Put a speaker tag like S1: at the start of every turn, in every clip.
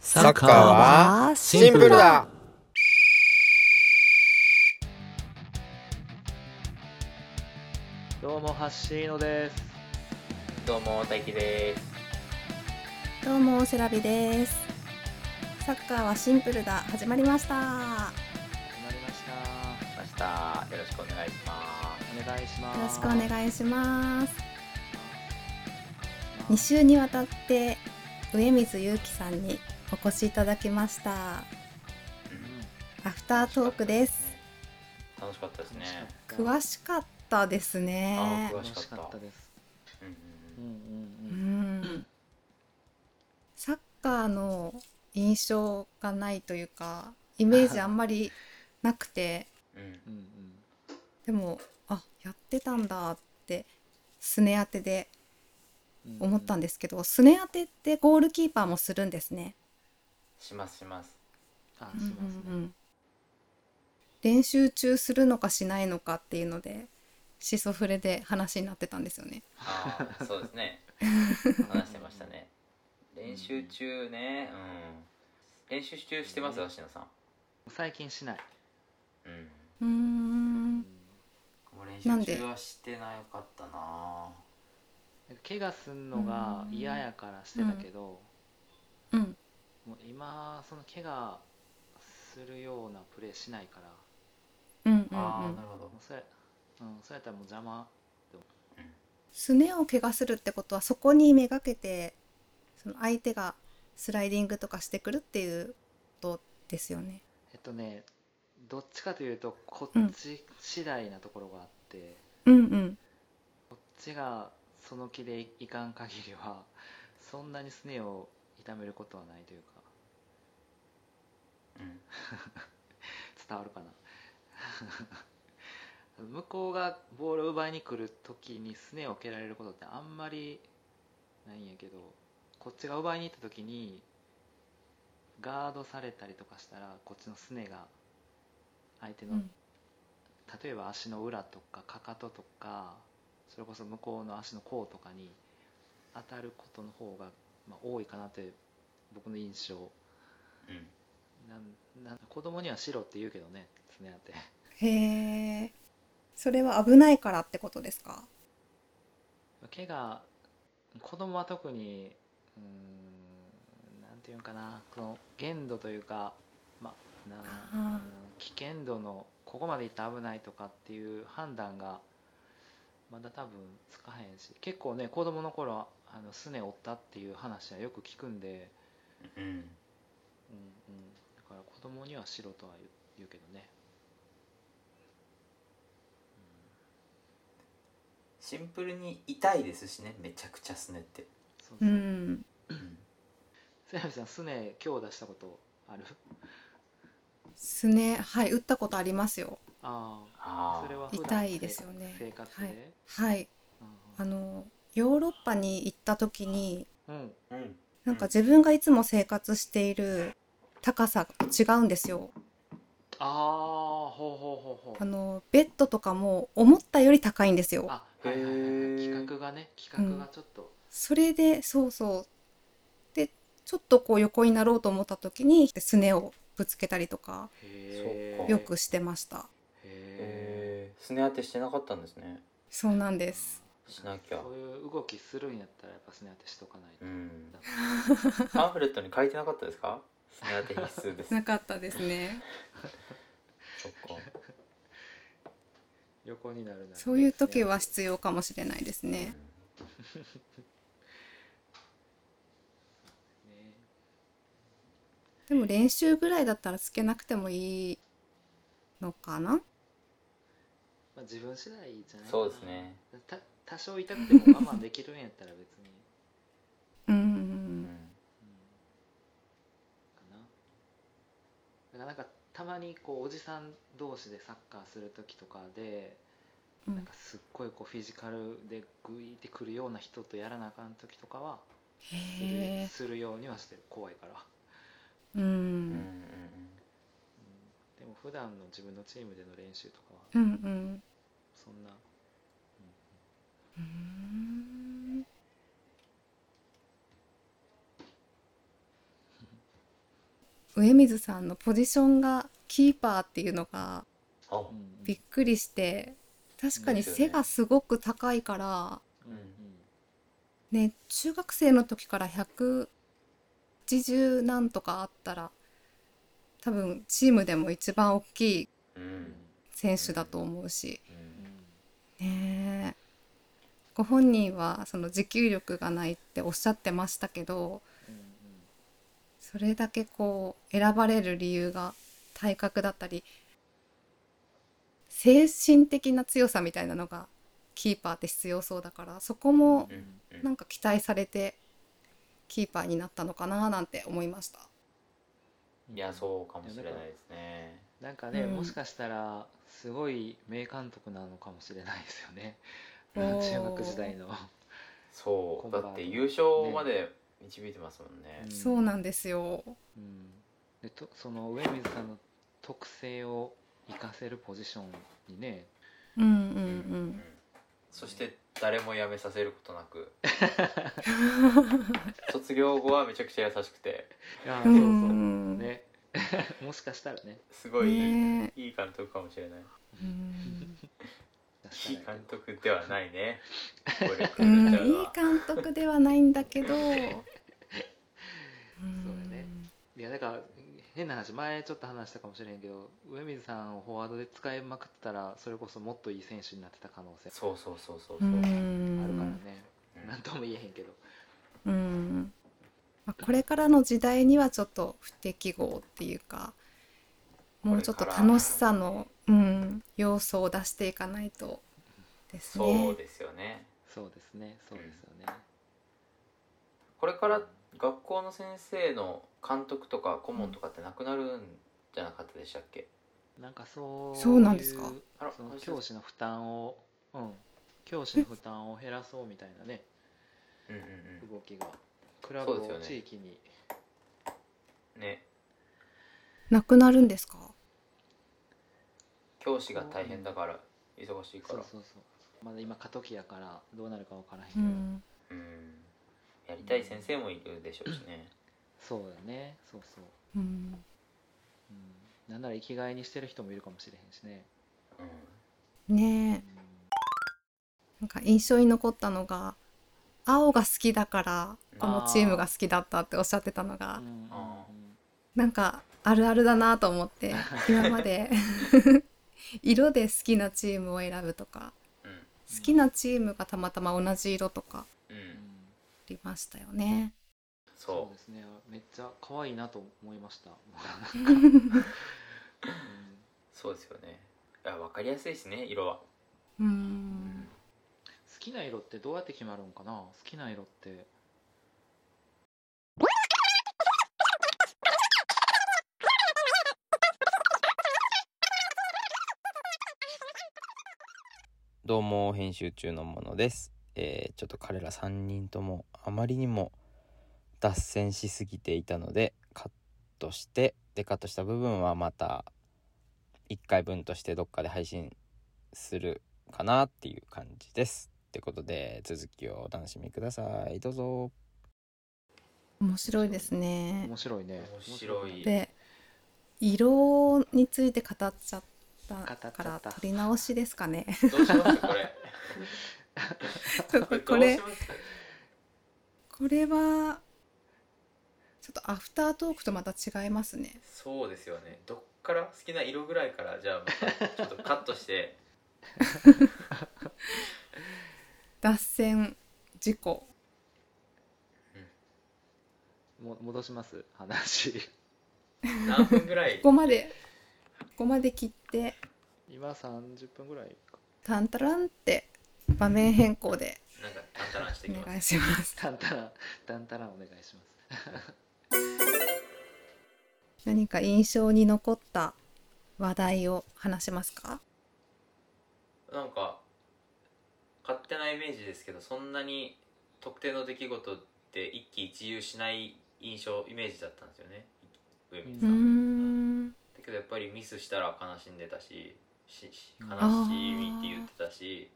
S1: サッカーはシンプルだ
S2: どうもハッシーノです
S3: どうも大輝です
S4: どうも、セラビです。サッカーはシンプルだ。始まりました。
S2: 始まりまし
S3: ましたよろしくお願いしま
S2: たお願いしま
S4: よろし
S2: す
S4: くお願いします。
S2: ま
S4: 2週にわたって上水祐樹さんにお越しいただきました。
S2: うん
S4: アフタートークです。
S3: す楽しかったですね
S4: 詳しかったですね
S3: あ。
S2: 楽
S3: 詳
S2: し
S3: し
S2: か
S3: か
S2: っ
S3: ったた
S2: です
S3: うんうん
S2: うん
S4: う
S2: うん
S4: ん。サッカーの印象がないというか、イメージあんまりなくて、
S3: うんうん
S2: うん
S4: でも、あ、やってたんだって、すね当てで
S2: うんうん
S4: 思ったんですけど、すね当てってゴールキーパーもするんですね。
S3: しますします
S2: あします
S4: うんうんう
S2: ね
S4: ん練習中するのかしないのかっていうので、シソフレで話になってたんですよね。
S3: あーそうです ね話してましたね練習中ねうん練習中してます芦野さん
S2: 最近しない
S3: うん
S4: うーん。
S3: もう練
S4: なん
S3: 習
S4: で
S3: 中はしてなかったな
S2: 怪我すんのが嫌やからしてたけど
S4: うん。
S2: もう今その怪我するようなプレーしないから
S4: うんうん
S3: あ
S4: う
S3: あ
S4: ん
S3: なるほど
S2: もうそれうんそれやったらもう邪魔
S4: すねを怪我するってことはそこにめがけてその相手がスライディングとかしてくるっていうことですよね。
S2: えっとねどっちかというとこっち次第なところがあって、
S4: うんうん。
S2: こっちがその気でいかん限りはそんなにすねを痛めることはないというか
S3: うん
S2: 伝わるかな 向こうがボールを奪いに来る時にすねを蹴られることってあんまりないんやけどこっちが奪いに行った時にガードされたりとかしたらこっちのすねが相手の、
S4: うん
S2: 例えば足の裏とかかかととかそれこそ向こうの足の甲とかに当たることの方が、まあ、多いかなという僕の印象
S3: うん
S2: なんなん子供には白って言うけどねすね当て
S4: へえ。それは危ないからってことですか
S2: 怪我子供は特にうーんなんていうんかなこの限度というかまな
S4: あ
S2: 危険度のここまで行ったら危ないとかっていう判断がまだ多分つかへんし結構ね子供の頃あのすね折ったっていう話はよく聞くんで、
S3: うん
S2: うんうん、だから子供には白とは言う言うけどね
S3: シンプルに痛いですしねめちゃくちゃすねって
S2: そう
S4: う
S2: そう、
S4: ん。
S3: うん
S2: セラミさんすね強打したことある
S4: すね、はい、打ったことありますよ。
S2: ああ
S3: ああ
S2: それは普段
S4: 痛いですよね。
S2: 生活で、
S4: はい。はい。あ
S2: うん
S4: の、ヨーロッパに行った時に、
S2: うんうん
S3: うん
S4: なんか自分がいつも生活している高さと違うんですよ。
S2: ああほうほうほう
S4: あ
S2: ほう
S4: の、ベッドとかも思ったより高いんですよ。
S2: あはいはいはいはい
S3: へー
S2: 企画がね企画がちょっと、
S4: それで、そうそう。で、ちょっとこう横になろうと思った時に、すねをぶつけたりとか、
S2: へ
S3: そ
S2: ー
S3: うか
S4: よくしてました。
S2: へ
S3: えー、すね当てしてなかったんですね
S4: そうなん
S2: え
S4: です。
S3: しなきゃ
S2: そういう動きするんやったらやっぱすね当てしとかないと、
S3: うん
S2: だ
S3: パンフレットに書いてなかったですかすね当て必須 です
S4: なかったですね。
S3: そっか
S2: 横になるならね
S4: そういう時は必要かもしれないです
S2: ね
S4: ね。でも練習ぐらいだったらつけなくてもいいのかな
S2: まあ、自分次第じゃないかな
S3: そうですね
S2: た 多少痛くても我慢できるんやったら別に、
S3: う
S4: う
S3: ん
S4: ん。
S2: うん、かなだからなんかたまにこうおじさん同士でサッカーする時とかで
S4: う
S2: なん
S4: ん
S2: かすっごいこうフィジカルでグイーってくるような人とやらなあかん時とかはする,、
S4: へえ。
S2: するようにはしてる怖いから、
S4: う
S3: うんうん
S4: ん。
S2: うん、でも普段の自分のチームでの練習とかは
S4: うんうん。
S2: そんな
S4: うーん上水さんのポジションがキーパーっていうのが
S3: あ
S2: うん
S4: びっくりして確か
S3: で
S4: に
S3: すよ
S4: 背
S3: ね
S4: がすごく高いから
S2: うんうん
S4: ね中学生の時から180何とかあったら多分チームでも一番大きい
S3: うん
S2: うん
S4: 選手だと思うし
S3: う
S2: うんん
S4: ねえご本人はその持久力がないっておっしゃってましたけど
S2: うん
S4: それだけこう選ばれる理由が体格だったり精神的な強さみたいなのがキーパーって必要そうだからそこも
S3: うんうん
S4: なんか期待されてキーパーになったのかななんて思いました。
S2: うん
S3: いやそうかもしれないですね
S2: なんかね、
S4: うん
S2: もしかしたらすごい名監督なのかもしれないですよね
S4: おー
S2: 中学時代の、
S3: そ
S2: こん
S3: う
S2: ば
S3: だ
S2: んは
S3: って優勝まで導いてますもんね
S2: うん
S4: そうなんですよ。
S2: うん、でとその上水さんの特性を活かせるポジションにね
S4: うんう
S3: うんそして誰も辞めさせることなく卒業後はめちゃくちゃ優しくて
S2: いや
S4: う
S2: そ
S4: ん。
S2: う
S4: う
S2: そうんね もしかしたらね
S3: すごい、
S4: ね
S3: いい監督かもしれない
S4: えうん
S2: も
S3: い
S2: し
S3: い
S2: かしたら
S3: 監督ではな いね暴力
S4: う
S3: に
S4: ん、
S3: なっ
S4: い
S3: ちゃうの
S4: い
S3: は
S4: 監督ではないんだけど。そうだ
S2: ね。いやだから変な話前ちょっと話したかもしれんけど上水さんをフォワードで使いまくってたらそれこそもっといい選手になってた可能性
S3: そうそうそうそう
S4: う
S3: そう、
S2: あるから
S4: ん。
S2: ね、
S3: うん
S2: なんとも言えへんけど
S4: うん。まあこれからの時代にはちょっと不適合っていうか。もうちょっと楽しさの、うん、要素を出していかないと。です
S3: そう
S4: ね。
S3: ですよね
S2: そうですねそうですよね、
S3: これから学校の先生の監督とか顧問とかってなくなるんじゃなかったでしたっけ
S2: なんかそういう
S4: そうなんですか
S3: あら
S2: その
S3: もしかして
S2: 教師の負担を、うん、教師の負担を減らそうみたいなね
S3: うんうんう
S2: 動きがクラブ
S3: そうですよ
S2: を
S3: ね
S2: 地域に、
S3: んね
S4: なくなるんですか。
S3: 教師が大変だから忙しいか
S2: そう
S3: ら
S2: そうそうまだ今過渡期やからどうなるかわからへんけど、
S4: うん。
S3: うんやりたい先生もいるでしょうしね
S2: そうだねそうそう、
S4: うん。
S2: うん、なんなら生きがいにしてる人もいるかもしれへんしね、
S3: うん
S4: ねえ
S2: うん、
S4: なんか印象に残ったのが青が好きだからこのチームが好きだったっておっしゃってたのが
S2: うんうん
S3: あ
S4: なんかあるあるだなと思って今まで 色で好きなチームを選ぶとか
S3: うん
S4: 好きなチームがたまたま同じ色とかあ
S3: う
S2: うん
S3: ん
S4: りましたよね。
S2: そう
S3: そ
S2: ですねめっちゃ可愛いなと思いま したなんかうん
S3: うそうですよねいや分かりやすいしね色は
S4: うー
S3: うん
S2: 好きな色ってどうやって決まるんかな好きな色って
S5: どうも編集中のものです、えーちょっと彼ら3人ともあまりにも脱線しすぎていたのでカットしてでカットした部分はまた1回分としてどっかで配信するかなっていう感じですってことで続きをお楽しみくださいどうぞ
S4: 面白いですね。
S2: 面白いね
S3: 面白い
S4: で色について語っちゃった
S2: 語っちゃった
S4: から撮り直しですかね。
S3: どうしますこれ
S4: ちょっ とこ
S3: どう
S4: れ
S3: します
S4: これはちょっとアフタートークとまた違いますね。
S3: そうですよねどっから好きな色ぐらいからじゃあまたちょっとカットして
S4: 脱線事故
S2: も戻します話
S3: 何分ぐらい
S4: ここまでここまで切って
S2: 今30分ぐらいか
S4: タンタランって場面変更で
S3: なんかタンタランしていき
S4: お
S3: ます
S4: 願いします。
S2: タンタランタンタランお願いします
S4: 何か印象に残った話題を話しますか？
S3: なんか勝手なイメージですけどそんなに特定の出来事って一喜一憂しない印象イメージだったんですよね上水
S4: う
S3: さ
S4: ー
S3: ん、だ
S4: ん
S3: けどやっぱりミスしたら悲しんでたししし悲
S4: あー
S3: しみって言ってたし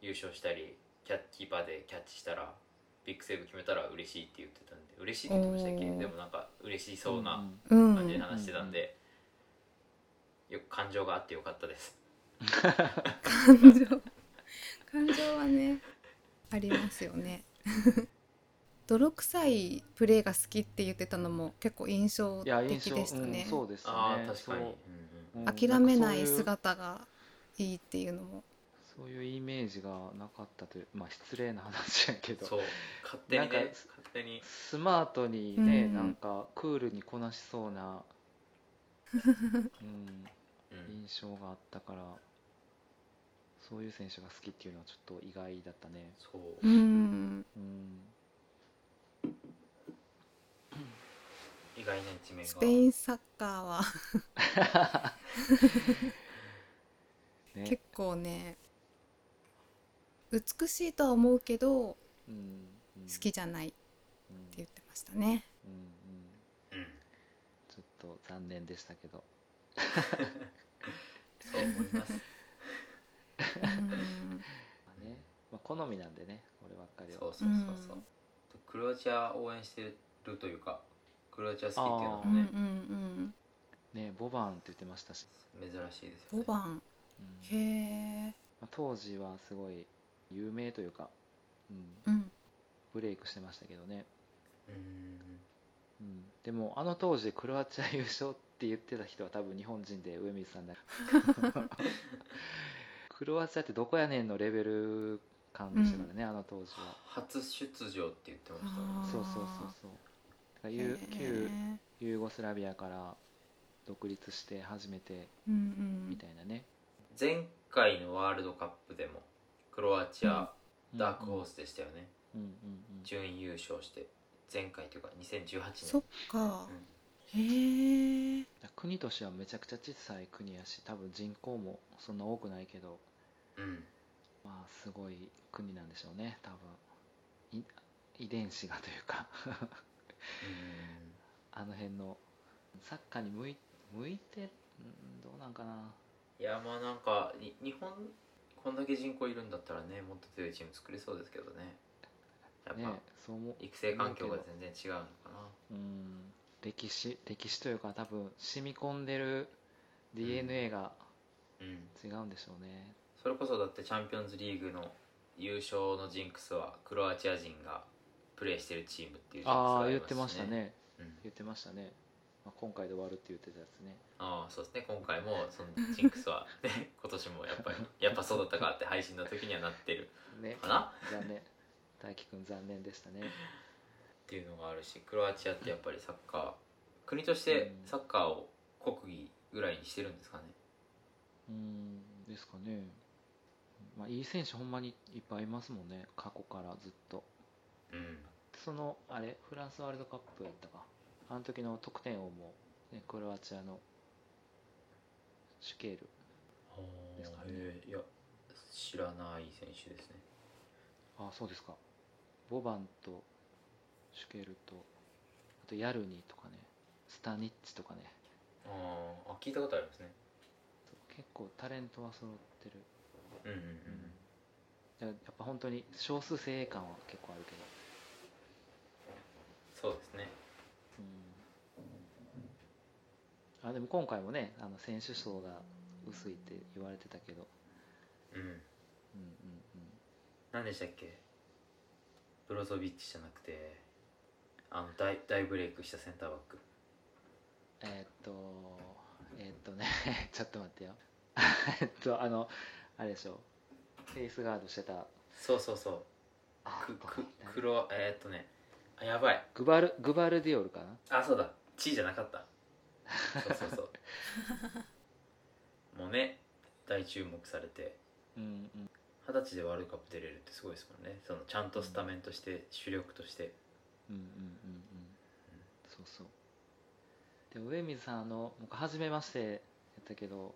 S3: 優勝したりキャッキーパーでキャッチしたらビッグセーブ決めたら嬉しいって言ってたんで嬉しいって言ってましたっけ
S4: おー
S3: でもなんか嬉しそうな
S4: う
S3: 感じで
S4: ん
S3: 話してたんで、よく感情があってよかったです
S4: 感情感情はねありますよね 泥臭いプレーが好きって言ってたのも結構印象
S2: いや
S4: 的
S2: 印象、
S4: でしたね
S2: うん、そうですね
S3: ああ確かに、うん
S2: そううん
S4: 諦めない
S2: んか
S4: 姿がいいっていうのも
S2: そういうそういうイメージがなかったというまあ失礼な話やけ
S3: うん
S2: ど
S3: そう勝手にね
S2: なん
S3: 勝
S2: か
S3: 手に
S2: スマートにね、
S4: うん
S2: なんかクールにこなしそう な、
S3: う
S2: うん、
S3: ん
S2: 印象があったからそういう選手が好きっていうのはちょっと意外だったね
S3: そう
S4: うん
S2: うん
S3: 意外な一面が
S4: スペインサッカーは
S2: ね
S4: 結構ね美しいとは思うけど
S2: うんうん
S4: 好きじゃないって
S2: うん
S4: 言ってまし たね
S2: うんうん
S3: うん
S2: ちょっと残念でしたけど
S3: そう思います
S4: うん
S2: まあね、まあ、好みなんでねこればっかりは
S3: そうそうそうそう、
S4: うん
S3: クロアチア応援してるというかクロアチア好きっていうのも
S4: うんうんう
S3: ね
S4: ん
S2: ねボバンって言ってましたし、
S3: 珍しいですよね
S4: 5番
S2: うん
S4: へえ
S2: まあ当時はすごい有名というか、うん、
S4: うん
S2: ブレイクしてましたけどね、
S3: うん
S2: うん、でもあの当時クロアチア優勝って言ってた人は多分日本人で上水さん だクロアチアってどこやねんのレベル感でしたからね、あの当時は
S3: 初出場って言ってました
S4: あ
S3: もん
S4: ー
S3: ね
S2: そうそうそうそうだからユー旧
S4: へえ
S2: ユーゴスラビアから独立して初めて
S4: うん
S2: みたいなね、
S3: 前回のワールドカップでもクロアチア
S2: うん
S3: ダークホースでしたよね、
S2: うんうんうん
S3: 準優勝して前回というか2018年
S4: そっか
S3: うん
S4: へえ
S2: だから国としてはめちゃくちゃ小さい国やし多分人口もそんな多くないけど
S3: うん
S2: まあすごい国なんでしょうね多分い遺伝子がというか あの辺のサッカーに向い向いてうんどうなんかない
S3: やまあなんかに日本こんだけ人口いるんだったらねもっと強いチーム作れそうですけどねやっぱ、
S2: ねそう思う
S3: 育成環境が全然違うのかな
S2: うん歴史歴史というか多分染み込んでる DNA が
S3: うん
S2: 違うんでしょうね、
S3: それこそだってチャンピオンズリーグの優勝のジンクスはクロアチア人がプレーしてるチームっていうジンクス
S2: あ
S3: が
S2: あ
S3: り
S2: 言っ
S3: す
S2: てました、ね
S3: うん
S2: 言ってましたね、まあ、今回で終わるって言ってたやつね
S3: ああそうですね今回もそのジンクスは、ね、 今年もやっぱりやっぱそうだったかって配信の時にはなってる
S2: ね
S3: かな
S2: 残念大輝くん残念でしたね
S3: っていうのがあるしクロアチアってやっぱりサッカー国としてサッカーを国技ぐらいにしてるんですかね
S2: うんですかね、まあ、いい選手ほんまにいっぱいいますもんね過去からずっと
S3: うん
S2: そのあれフランスワールドカップやったかあの時の得点王も、ね、クロアチアのシュケールですかね
S3: えーいや知らない選手ですね
S2: あそうですかボバンとシュケールとあとヤルニとかねスタニッチとかね
S3: あーあ聞いたことありますね
S2: 結構タレントは揃ってる
S3: うんうん
S2: だからやっぱ本当に少数精鋭感は結構あるけど
S3: そうですね
S2: うんあでも今回もねあの選手層が薄いって言われてたけど、
S3: うん
S2: うんうん
S3: 何でしたっけブロゾビッチじゃなくてあの大大ブレイクしたセンターバック
S2: うん、えーっとえーっとね ちょっと待ってよ えっとあのあれでしょフェイスガードしてた
S3: そうそうそう
S2: あ
S3: く
S2: バカ
S3: く黒えーっとねあやばい
S2: グバルグバルディオルかな
S3: あそうだ「チ」じゃなかったそうそうそう もうね大注目されて
S2: うんうん
S3: 二十歳でワールドカップ出れるってすごいですもんねそのちゃんとスタメンとして主力として
S2: うんうんうんうんそうそうで上水さんあの僕初めましてやったけど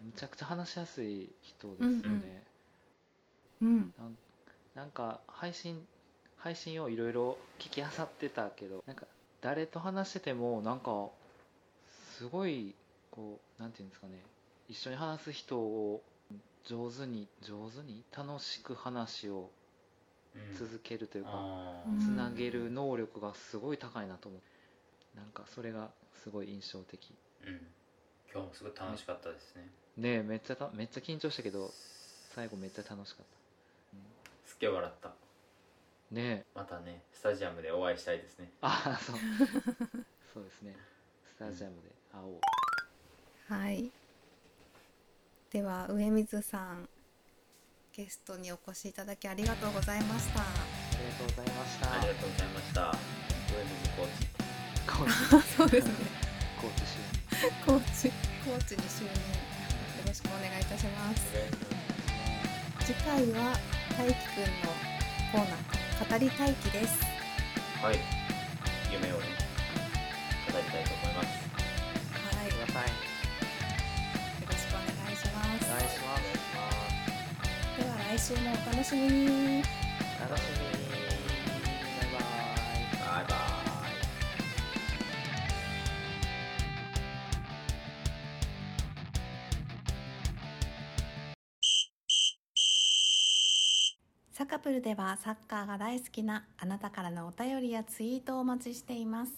S2: むちゃくちゃ話しやすい人ですよね、
S4: うんうん
S2: なんなんか配信配信をいろいろ聞きあさってたけどなんか誰と話しててもなんかすごいこうなんていうんですかね一緒に話す人を上手に上手に楽しく話を
S3: うん
S2: 続けるというか、
S3: あ
S4: うん
S2: つ
S3: ー
S2: なげる能力がすごい高いなと思ってなんかそれがすごい印象的
S3: うん今日もすごい楽しかったですね
S2: ねえめっちゃためっちゃ緊張したけど最後めっちゃ楽しかっ
S3: すっげえ笑った
S2: たねえ
S3: またねスタジアムでお会いしたいですね
S2: ああ そうそうですねスタジアムで会おう、
S4: はい。では上水さん、ゲストにお越しいただきありがとうございました。
S2: ありがとうございました
S3: ありがとうございました上水コーチ
S2: コーチ
S4: そうですね。
S2: コーチし
S4: コーチ、コーチに就任よろしくお願いいたします。次回は大輝くんのコーナー語り大輝です。
S3: はい夢をね語りたいと思います
S4: はい、
S2: てく
S4: よ
S2: ださい
S4: ろしくお願いしま
S2: お願いします
S4: す。では来週もお楽しみに。
S2: 楽しみバイバイ
S3: バイバイ
S6: サカプルではサッカーが大好きなあなたからのお便りやツイートをお待ちしています。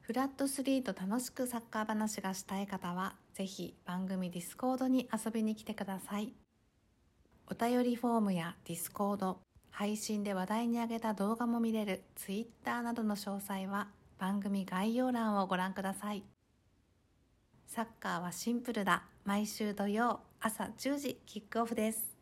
S6: フラット3と楽しくサッカー話がしたい方は、ぜひ番組ディスコードに遊びに来てください。お便りフォームやディスコード、配信で話題に上げた動画も見れるツイッターなどの詳細は番組概要欄をご覧ください。サッカーはシンプルだ。毎週土曜朝10時キックオフです。